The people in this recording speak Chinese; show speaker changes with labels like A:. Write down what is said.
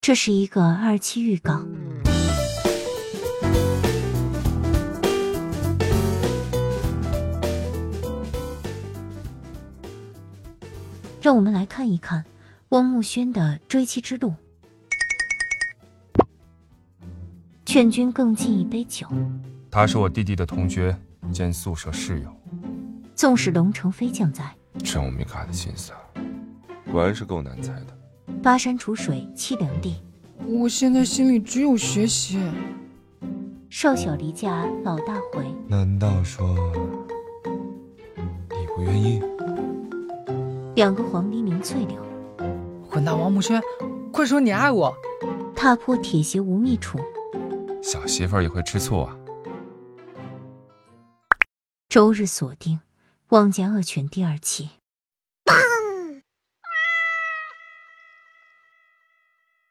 A: 这是一个二期预告。让我们来看一看汪慕轩的追妻之路。劝君更尽一杯酒，
B: 他是我弟弟的同学兼宿舍室友。
A: 纵使龙城飞将在，
B: 真欧米伽的心思啊，果然是够难猜的。
A: 巴山楚水凄凉地，
C: 我现在心里只有学习。
A: 少小离家老大回，
B: 难道说你不愿意？
A: 两个黄鹂鸣翠柳，
C: 混蛋王慕轩，快说你爱我！
A: 踏破铁鞋无觅处。
B: 小媳妇儿也会吃醋啊？
A: 周日锁定《望家恶犬》第二期。